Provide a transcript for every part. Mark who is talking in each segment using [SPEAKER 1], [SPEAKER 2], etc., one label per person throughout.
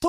[SPEAKER 1] ト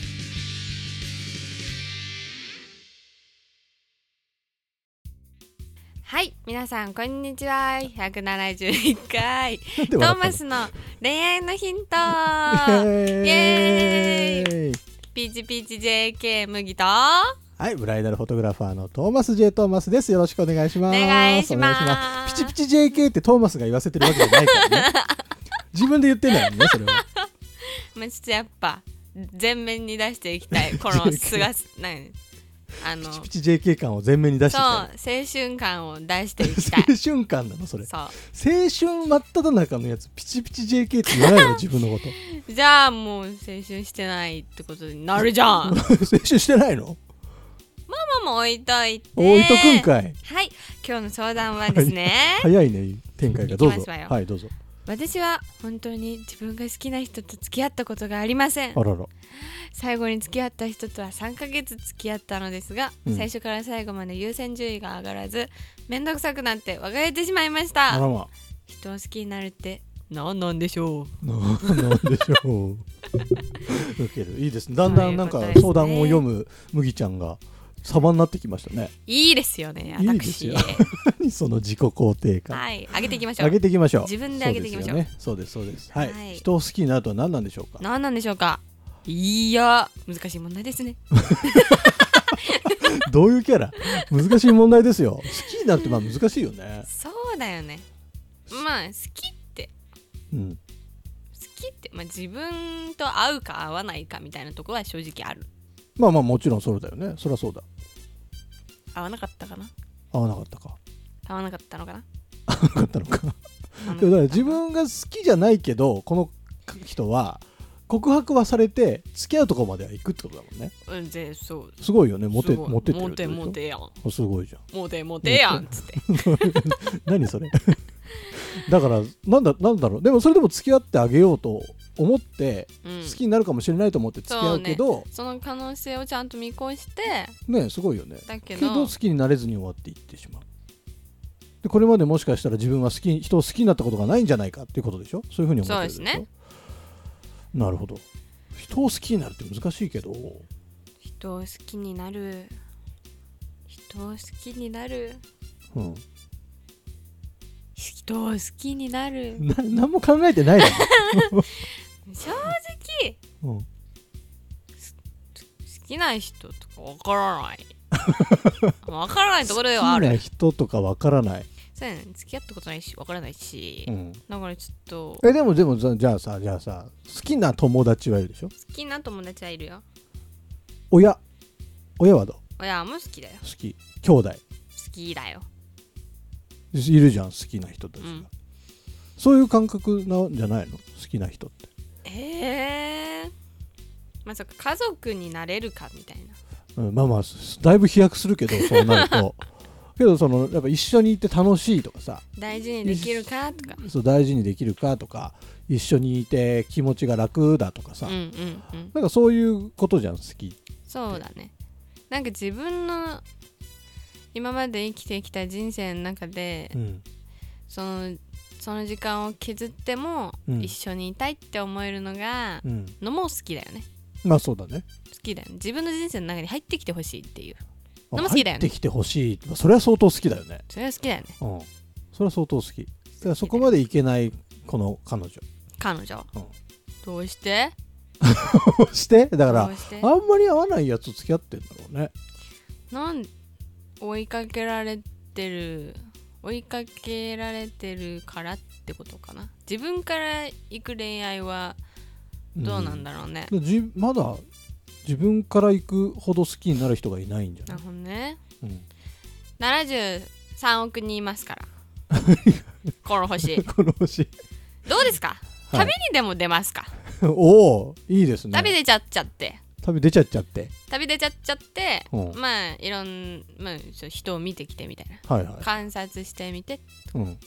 [SPEAKER 2] はい、皆さんこんにちは。171回
[SPEAKER 3] なんで
[SPEAKER 2] トー
[SPEAKER 3] 笑ったの
[SPEAKER 2] マスの恋愛のヒント。
[SPEAKER 3] イ
[SPEAKER 2] イエ
[SPEAKER 3] エ
[SPEAKER 2] ーイ。
[SPEAKER 3] ーイ
[SPEAKER 2] ピーチピーチ JK 麦と
[SPEAKER 3] はい、ブライダルフォトグラファーのトーマス J トーマスです。よろしくお願いします。
[SPEAKER 2] お願いします
[SPEAKER 3] お願いしピチピチ JK ってトーマスが言わせてるわけじゃないか らね。自分で言ってんだよね、それは。
[SPEAKER 2] まあちょっとやっぱ全面に出していきた い。このすがす何あの
[SPEAKER 3] ピ
[SPEAKER 2] そ
[SPEAKER 3] チピチ JK 感を前面に出して
[SPEAKER 2] う
[SPEAKER 3] き
[SPEAKER 2] 青
[SPEAKER 3] た
[SPEAKER 2] 春感を出していきたい。
[SPEAKER 3] い。青春感なのそれ青
[SPEAKER 2] そ
[SPEAKER 3] 春真っ只中のやつピチピチ JK って言わ ないの自分のこと
[SPEAKER 2] うじゃあもう青春してないってことになるじゃん。
[SPEAKER 3] 青
[SPEAKER 2] マ
[SPEAKER 3] 春してないの、
[SPEAKER 2] マも置いといて。
[SPEAKER 3] 置いとくんかい
[SPEAKER 2] はい、今日の相談はですね。
[SPEAKER 3] 早いね展開がどう
[SPEAKER 2] いき
[SPEAKER 3] ぞ
[SPEAKER 2] ますわよ
[SPEAKER 3] はいどうぞ
[SPEAKER 2] 私は本当に自分が好きな人と付き合ったことがありません
[SPEAKER 3] あらら
[SPEAKER 2] 最後に付き合った人とは3ヶ月付き合ったのですが、
[SPEAKER 3] うん
[SPEAKER 2] 最初から最後まで優先順位が上がらず面倒くさくなって別れてしまいまし
[SPEAKER 3] あら
[SPEAKER 2] た
[SPEAKER 3] ま
[SPEAKER 2] 人を好きになるって何なんでしょう
[SPEAKER 3] ななんでしょう受けるいいですねだんだんなんか
[SPEAKER 2] そういうこ
[SPEAKER 3] 相
[SPEAKER 2] とですね
[SPEAKER 3] 談を読む麦ちゃんが様になってきましたね
[SPEAKER 2] いいですよね
[SPEAKER 3] いいです
[SPEAKER 2] 私
[SPEAKER 3] よ何その自己肯定感
[SPEAKER 2] はい上げていきましょ
[SPEAKER 3] 上
[SPEAKER 2] う
[SPEAKER 3] げていきましょう
[SPEAKER 2] 自分で上げていきましょう
[SPEAKER 3] そうですよねそうですそうですはい、
[SPEAKER 2] はい
[SPEAKER 3] 人を好きになるとは何なんでしょうか
[SPEAKER 2] 何なんでしょうかいや難しい問題ですね
[SPEAKER 3] どういうキャラ難しい問 題ですよ好きになるってまあ難しいよね
[SPEAKER 2] そうだよねまあ好きって
[SPEAKER 3] うん
[SPEAKER 2] 好きって、まあ、自分と合うか合わないかみたいなとこは正直ある
[SPEAKER 3] まあまあもちろんそうだよねそりゃそうだ
[SPEAKER 2] 合わなかったかな
[SPEAKER 3] 合わなかったか
[SPEAKER 2] 合わなかったのか な
[SPEAKER 3] 合わなかったのか
[SPEAKER 2] 合わなかったのか
[SPEAKER 3] でもだ
[SPEAKER 2] な
[SPEAKER 3] から自分が好きじゃないけどこの人は告白はされて付き合うとこまでは行くってことだもんね
[SPEAKER 2] うんぜそう
[SPEAKER 3] すごいよねモテ
[SPEAKER 2] すごい
[SPEAKER 3] モテてるっ
[SPEAKER 2] モ
[SPEAKER 3] て
[SPEAKER 2] テ
[SPEAKER 3] こと
[SPEAKER 2] モテやん
[SPEAKER 3] あすごいじゃん
[SPEAKER 2] モテモテやんっつって
[SPEAKER 3] 何それ だからなんだなんだろうでもそれでも付き合ってあげようと思って
[SPEAKER 2] うん
[SPEAKER 3] 好きになるかもしれないと思って付き合うけど、
[SPEAKER 2] その可能性をちゃんと見越して
[SPEAKER 3] ねすごいよね
[SPEAKER 2] だけ
[SPEAKER 3] け
[SPEAKER 2] ど
[SPEAKER 3] ど好きになれずに終わっていってしまうでこれまでもしかしたら自分は好き人を好きになったことがないんじゃないかっていうことでしょそういうふうに思ってるでしょ
[SPEAKER 2] そうですね
[SPEAKER 3] なるほど人を好きになるって難しいけど
[SPEAKER 2] 人を好きになる人を好きになる
[SPEAKER 3] うん
[SPEAKER 2] 人を好きになる
[SPEAKER 3] な 何も考えてないだ
[SPEAKER 2] 正直
[SPEAKER 3] ろ、うん、
[SPEAKER 2] 好きな人とかわから ないわからないところではあ
[SPEAKER 3] 好き
[SPEAKER 2] る
[SPEAKER 3] な人とかわからない、
[SPEAKER 2] そうやね付き合ったことないしわからないし、
[SPEAKER 3] うん、
[SPEAKER 2] だからちょっと
[SPEAKER 3] えでもでもじゃじゃあさじゃあさ好きな友達はいるでしょ
[SPEAKER 2] 好きな友達はいるよ
[SPEAKER 3] 親親はどう
[SPEAKER 2] 親も好きだよ
[SPEAKER 3] 好き兄弟
[SPEAKER 2] 好きだよ
[SPEAKER 3] いるじゃん好きな人たちが、
[SPEAKER 2] うん
[SPEAKER 3] そういう感覚なんじゃないの好きな人って
[SPEAKER 2] えー、まあそっか家族になれるかみたいな
[SPEAKER 3] うん、まあまあすだいぶ飛躍するけどそうなる とけどそのやっぱ一緒にいて楽しいとかさ
[SPEAKER 2] 大事にできるかとか
[SPEAKER 3] そう大事にできるかとか一緒にいて気持ちが楽だとか
[SPEAKER 2] う
[SPEAKER 3] さ、
[SPEAKER 2] んうんうん
[SPEAKER 3] なんかそういうことじゃん好き
[SPEAKER 2] そうだねなんか自分の今まで生きてきた人生の中で
[SPEAKER 3] うん
[SPEAKER 2] そのその時間を削っても
[SPEAKER 3] うん
[SPEAKER 2] 一緒にいたいって思えるのが、
[SPEAKER 3] うん
[SPEAKER 2] のも好きだよね
[SPEAKER 3] まあそうだね
[SPEAKER 2] 好きだよね自分の人生の中に入ってきてほしいっていう
[SPEAKER 3] あ
[SPEAKER 2] でも好きだよね
[SPEAKER 3] 入ってきてほしいそれは相当好きだよね
[SPEAKER 2] それは好きだよね
[SPEAKER 3] うんそれは相当好きだからそこまでいけないこの彼女
[SPEAKER 2] 彼女、
[SPEAKER 3] うん
[SPEAKER 2] どうして
[SPEAKER 3] そ してだか
[SPEAKER 2] ど
[SPEAKER 3] ら
[SPEAKER 2] うして
[SPEAKER 3] あんまり合わないやつと付き合ってんだろうね
[SPEAKER 2] なん追いかけられてる追いかけられてるからってことかな自分から行く恋愛はどうなん
[SPEAKER 3] だ、
[SPEAKER 2] だろうね、
[SPEAKER 3] うんじまだ自分から行くほど好きになる人がいないんじゃ
[SPEAKER 2] な
[SPEAKER 3] ない
[SPEAKER 2] るほどね
[SPEAKER 3] うん
[SPEAKER 2] 73億人います からこの星
[SPEAKER 3] この星
[SPEAKER 2] どうですか、
[SPEAKER 3] はい
[SPEAKER 2] 旅にでも出ますか
[SPEAKER 3] おおいいですね
[SPEAKER 2] 旅出ちゃっちゃって
[SPEAKER 3] 旅出ちゃっちゃって
[SPEAKER 2] 旅出ちゃっちゃって、
[SPEAKER 3] うん
[SPEAKER 2] まあいろん、まあ、そう人を見てきてみたいな
[SPEAKER 3] はいはい、
[SPEAKER 2] 観察してみて
[SPEAKER 3] うん、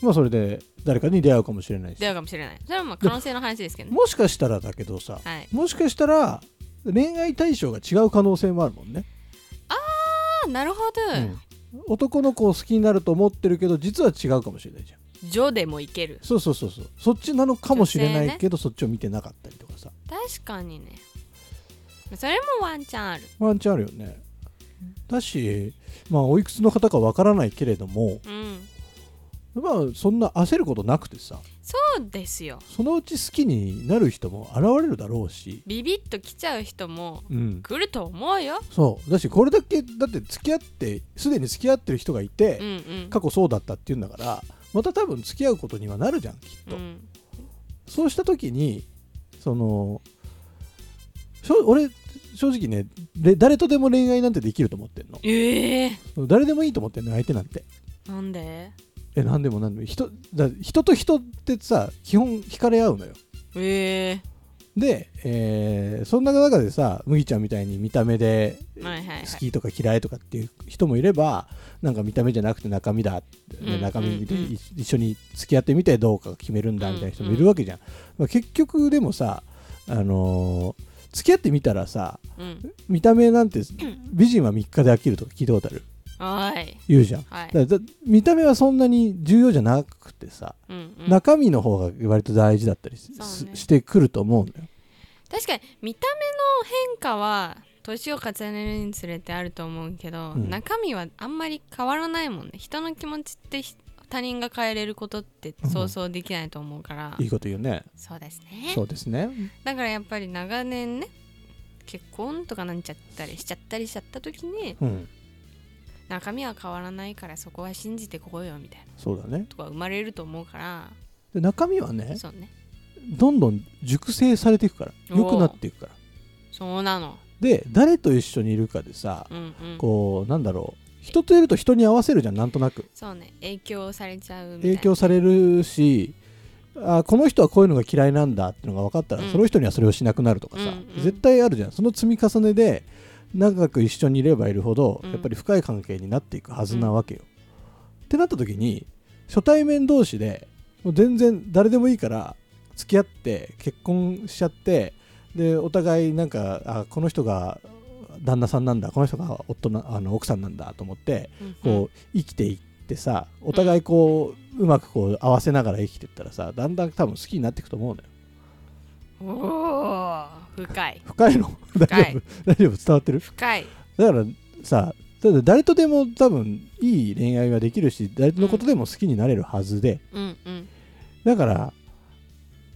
[SPEAKER 3] まあそれで誰かに出会うかもしれないし
[SPEAKER 2] 出会うかもしれないそれはまあ可能性の話ですけどね
[SPEAKER 3] もしかしたらだけどさ
[SPEAKER 2] はい
[SPEAKER 3] もしかしたら恋愛対象が違う可能性もあるもんね、
[SPEAKER 2] あなるほど、
[SPEAKER 3] うん男の子を好きになると思ってるけど実は違うかもしれないじゃん
[SPEAKER 2] ジョでもいける
[SPEAKER 3] そうそうそうそうそっちなのかもしれな
[SPEAKER 2] 女性
[SPEAKER 3] い
[SPEAKER 2] ね
[SPEAKER 3] けど、そっちを見てなかったりとかさ
[SPEAKER 2] 確かにねそれもワンチャンある
[SPEAKER 3] ワンチャンあるよねだしまあおいくつの方かわからないけれども
[SPEAKER 2] うん
[SPEAKER 3] まあそんな焦ることなくてさ
[SPEAKER 2] そうですよ
[SPEAKER 3] そのうち好きになる人も現れるだろうし
[SPEAKER 2] ビビッと来ちゃう人も
[SPEAKER 3] うん
[SPEAKER 2] 来ると思うよ
[SPEAKER 3] そうだしこれだけだって付き合ってすでに付き合ってる人がいて、
[SPEAKER 2] うんうん
[SPEAKER 3] 過去そうだったっていうんだからまた多分付き合うことにはなるじゃんきっと、
[SPEAKER 2] うん
[SPEAKER 3] そうした時にそのしょ俺正直ねれ誰とでも恋愛なんてできると思ってん
[SPEAKER 2] ええ
[SPEAKER 3] の誰でもいいと思ってんの相手なんて
[SPEAKER 2] なんで
[SPEAKER 3] え何でも何でも人だ人と人ってさ基本惹かれ合うのよ
[SPEAKER 2] え
[SPEAKER 3] で、えーそんな中でさ麦ちゃんみたいに見た目で
[SPEAKER 2] えはいはいはい
[SPEAKER 3] 好きとか嫌いとかっていう人もいればなんか見た目じゃなくて中身だ、ね
[SPEAKER 2] うん
[SPEAKER 3] 中身見て
[SPEAKER 2] うんうん
[SPEAKER 3] い一緒に付き合ってみてどうか決めるんだみたいな人もいるわけじゃん、まあ、結局でもさ、あのー付き合ってみたらさ
[SPEAKER 2] うん
[SPEAKER 3] 見た目なんて美人は3日で飽きるとか聞いたことある
[SPEAKER 2] はい
[SPEAKER 3] 言うじゃん、
[SPEAKER 2] はい
[SPEAKER 3] だからだ見た目はそんなに重要じゃなくてさ、
[SPEAKER 2] うんうん
[SPEAKER 3] 中身の方が割と大事だったりし,
[SPEAKER 2] そう
[SPEAKER 3] す、
[SPEAKER 2] ね
[SPEAKER 3] してくると思うんだよ
[SPEAKER 2] 確かに見た目の変化は年を重ねるにつれてあると思うけど、
[SPEAKER 3] うん
[SPEAKER 2] 中身はあんまり変わらないもんね人の気持ちってひ他人が変えれることってそうそうできないと思うから、
[SPEAKER 3] いいこと言うね
[SPEAKER 2] そうですね
[SPEAKER 3] そうですね
[SPEAKER 2] だからやっぱり長年ね結婚とかなんちゃったりしちゃったりしちゃった時に
[SPEAKER 3] うん
[SPEAKER 2] 中身は変わらないからそこは信じてこうよみたいな
[SPEAKER 3] そうだね
[SPEAKER 2] とか生まれると思うから
[SPEAKER 3] で中身はね
[SPEAKER 2] そうね
[SPEAKER 3] どんどん熟成されていくから
[SPEAKER 2] おー
[SPEAKER 3] 良くなっていくから
[SPEAKER 2] そうなの
[SPEAKER 3] で誰と一緒にいるかでさ
[SPEAKER 2] うんうん
[SPEAKER 3] こうなんだろう人といると人に合わせるじゃんなんとなく
[SPEAKER 2] そうね影響されちゃうみたいな
[SPEAKER 3] 影響されるしあこの人はこういうのが嫌いなんだっていうのが分かったら、
[SPEAKER 2] うん
[SPEAKER 3] その人にはそれをしなくなるとかさ、
[SPEAKER 2] うんうん
[SPEAKER 3] 絶対あるじゃんその積み重ねで長く一緒にいればいるほど、
[SPEAKER 2] うん
[SPEAKER 3] やっぱり深い関係になっていくはずなわけよ、ってなった時に初対面同士でもう全然誰でもいいから付き合って結婚しちゃってでお互いなんかあこの人が旦那さんなんだこの人が夫なあの奥さんなんだと思って
[SPEAKER 2] うんうん
[SPEAKER 3] こう生きていってさお互いこううまくこう合わせながら生きていったらさだんだん多分好きになっていくと思うのよ
[SPEAKER 2] おー深い
[SPEAKER 3] 深いの大丈夫大丈夫伝わってる
[SPEAKER 2] 深い
[SPEAKER 3] だからさただ誰とでも多分いい恋愛はできるし誰のことでも好きになれるはずで
[SPEAKER 2] うんうん
[SPEAKER 3] だから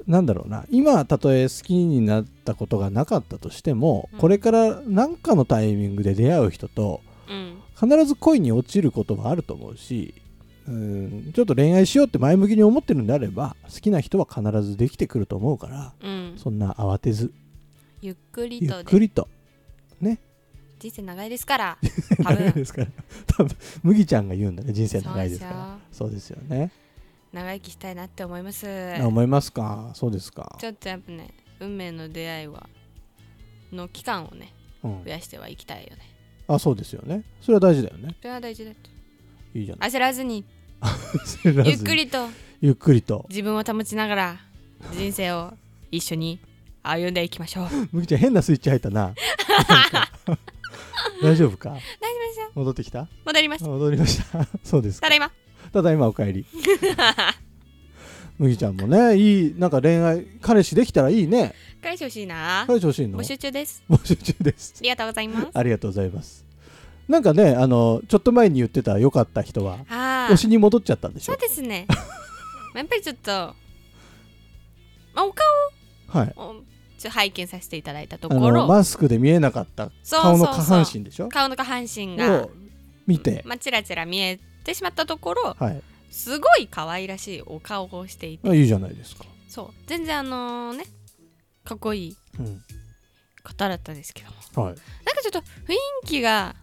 [SPEAKER 3] なんだろうな今たとえ好きになったことがなかったとしても、
[SPEAKER 2] うん
[SPEAKER 3] これから何かのタイミングで出会う人と
[SPEAKER 2] うん
[SPEAKER 3] 必ず恋に落ちることはあると思うしうんちょっと恋愛しようって前向きに思ってるんであれば好きな人は必ずできてくると思うから
[SPEAKER 2] うん
[SPEAKER 3] そんな慌てず
[SPEAKER 2] ゆっくり
[SPEAKER 3] ゆ
[SPEAKER 2] と
[SPEAKER 3] っ
[SPEAKER 2] で
[SPEAKER 3] くりと
[SPEAKER 2] 人生長いですから多分
[SPEAKER 3] ですから 多分麦ちゃんが言うんだね人生長いですか
[SPEAKER 2] そう
[SPEAKER 3] ら
[SPEAKER 2] ですよ
[SPEAKER 3] そうですよね、
[SPEAKER 2] 長生きしたいなって思います
[SPEAKER 3] あ思いますかそうですか
[SPEAKER 2] ち、ょっとやっぱね運命の出会いはの期間をね
[SPEAKER 3] うん
[SPEAKER 2] 増、やしてはいきたいよね
[SPEAKER 3] あそうですよねそれは大事だよね
[SPEAKER 2] それは大事だと
[SPEAKER 3] いいじゃない
[SPEAKER 2] 焦らずに
[SPEAKER 3] 焦 らず
[SPEAKER 2] ゆっくりと
[SPEAKER 3] ゆっくりと
[SPEAKER 2] 自分を保ちながら人生を一緒に歩んでいきまし ょう
[SPEAKER 3] むぎちゃん変なスイッチ入ったな なんか大丈夫か
[SPEAKER 2] 大丈夫ですよ
[SPEAKER 3] 戻ってきた
[SPEAKER 2] 戻りま
[SPEAKER 3] あ
[SPEAKER 2] す
[SPEAKER 3] 戻りました そうです
[SPEAKER 2] た
[SPEAKER 3] か
[SPEAKER 2] だいま
[SPEAKER 3] ただいまお帰りむぎちゃんもねいいなんか恋愛彼氏できたらいいね
[SPEAKER 2] 返してほしいな
[SPEAKER 3] 彼氏欲しいの
[SPEAKER 2] 募集中です
[SPEAKER 3] 募集中です
[SPEAKER 2] ありがとうございます
[SPEAKER 3] ありがとうございますなんかねあのちょっと前に言ってた良かった人は
[SPEAKER 2] あ
[SPEAKER 3] 推しに戻っちゃったんでし
[SPEAKER 2] そう
[SPEAKER 3] ょ
[SPEAKER 2] ですね まあやっぱりちょっと、まあ、お顔
[SPEAKER 3] はい
[SPEAKER 2] をちょっと拝見させていただいたと
[SPEAKER 3] あ
[SPEAKER 2] ころ、
[SPEAKER 3] のマスクで見えなかった
[SPEAKER 2] そうそう
[SPEAKER 3] 顔
[SPEAKER 2] そう
[SPEAKER 3] の下半身でしょ
[SPEAKER 2] 顔の下半身が
[SPEAKER 3] を、見て
[SPEAKER 2] まあ、ちらちら見えてしまったところ
[SPEAKER 3] はい
[SPEAKER 2] すごい可愛らしいお顔をしていて
[SPEAKER 3] あいいじゃないですか
[SPEAKER 2] そう全然あのねかっこいい
[SPEAKER 3] うん
[SPEAKER 2] 方だったんですけども
[SPEAKER 3] は
[SPEAKER 2] なん
[SPEAKER 3] い
[SPEAKER 2] かちょっと雰囲気が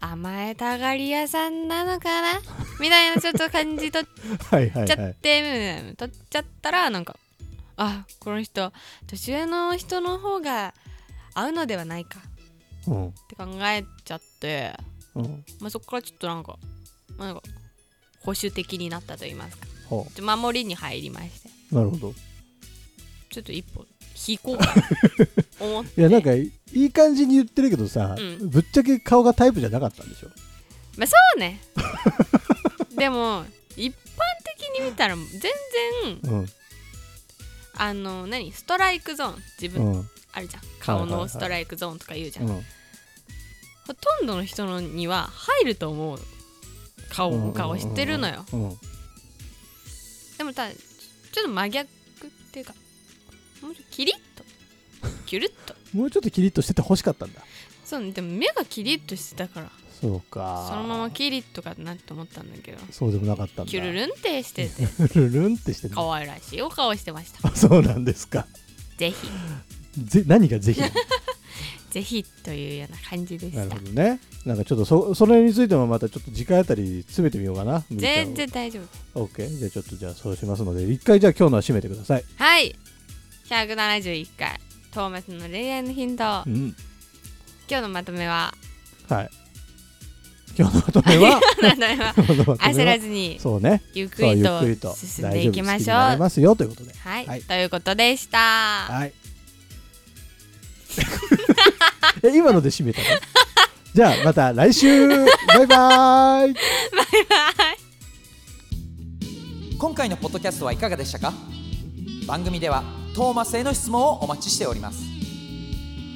[SPEAKER 2] 甘えたがり屋さんなのかなみたいなちょっと感じと
[SPEAKER 3] はいは
[SPEAKER 2] 取っ
[SPEAKER 3] い
[SPEAKER 2] ち
[SPEAKER 3] は
[SPEAKER 2] ゃっ
[SPEAKER 3] い
[SPEAKER 2] て、うん取っちゃったらなんかあこの人年上の人の方が合うのではないか
[SPEAKER 3] うん
[SPEAKER 2] って考えちゃって、
[SPEAKER 3] うん
[SPEAKER 2] まあ、そこからちょっとなんかなんか保守的になったと言いますか
[SPEAKER 3] は
[SPEAKER 2] ちょ守りに入りまして
[SPEAKER 3] あなるほど
[SPEAKER 2] ちょっと一歩引こう かな思って
[SPEAKER 3] いやなんかいいい感じに言ってるけどさ、
[SPEAKER 2] うん
[SPEAKER 3] ぶっちゃけ顔がタイプじゃなかったんでしょ
[SPEAKER 2] まあそうね でも一般的に見たら全然
[SPEAKER 3] う
[SPEAKER 2] あの何ストライクゾーン自
[SPEAKER 3] ん
[SPEAKER 2] 分、
[SPEAKER 3] うん
[SPEAKER 2] あるじゃん顔
[SPEAKER 3] はいはいは
[SPEAKER 2] の
[SPEAKER 3] い
[SPEAKER 2] ストライクゾーンとか言うじゃん、
[SPEAKER 3] うん
[SPEAKER 2] ほとんどの人のには入ると思う顔
[SPEAKER 3] うん
[SPEAKER 2] 顔してるのよ、
[SPEAKER 3] うん
[SPEAKER 2] でもただちちょっと真逆っていうかもうちょっとキリッとキュルッと
[SPEAKER 3] もうちょっとキリッとしてて欲しかったんだ
[SPEAKER 2] そうねでも目がキリッとしてたから
[SPEAKER 3] そうか
[SPEAKER 2] そのままキリッとかなって思ったんだけど
[SPEAKER 3] そうでもなかったんだ
[SPEAKER 2] キュルルンってしてて
[SPEAKER 3] ルルンってしてる
[SPEAKER 2] 可愛らしいお顔してました
[SPEAKER 3] あそうなんですか
[SPEAKER 2] ぜひ
[SPEAKER 3] ぜ何が ぜひ
[SPEAKER 2] ぜひというような感じで
[SPEAKER 3] な
[SPEAKER 2] し
[SPEAKER 3] る
[SPEAKER 2] た
[SPEAKER 3] ほどねなんかちょっとそそれについてもまたちょっと次回あたり詰めてみようかなむぎちゃんを
[SPEAKER 2] 全然大丈夫
[SPEAKER 3] OK じゃあちょっとじゃあそうしますので一回じゃあ今日のは締めてください
[SPEAKER 2] はい171回トーマスの恋愛の頻度今
[SPEAKER 3] うん
[SPEAKER 2] 日のまとめは
[SPEAKER 3] はい今日のまとめは
[SPEAKER 2] まとめは
[SPEAKER 3] 今日のまとめは
[SPEAKER 2] 焦らずに
[SPEAKER 3] そうね
[SPEAKER 2] ゆっく
[SPEAKER 3] そう
[SPEAKER 2] り
[SPEAKER 3] ゆ
[SPEAKER 2] と
[SPEAKER 3] っくりと
[SPEAKER 2] 進んでいきま
[SPEAKER 3] 大丈夫好きに
[SPEAKER 2] しょう
[SPEAKER 3] なりますよということで
[SPEAKER 2] はい、
[SPEAKER 3] はい
[SPEAKER 2] ということでした
[SPEAKER 3] はい。 え今ので締めたの じゃあまた来週バイバーイ
[SPEAKER 1] 今回のポッドキャストはいかがでしたか番組ではトーマスへの質問をお待ちしております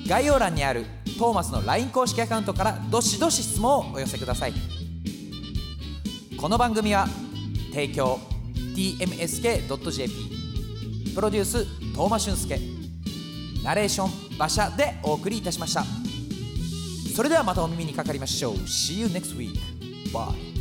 [SPEAKER 1] 概要欄にあるトーマスの LINE 公式アカウントからどしどし質問をお寄せくださいこの番組は提供 tmsk.jp プロデューストーマ俊介ナレーション馬車でお送りいたしましたそれではまたお耳にかかりましょう See you next week Bye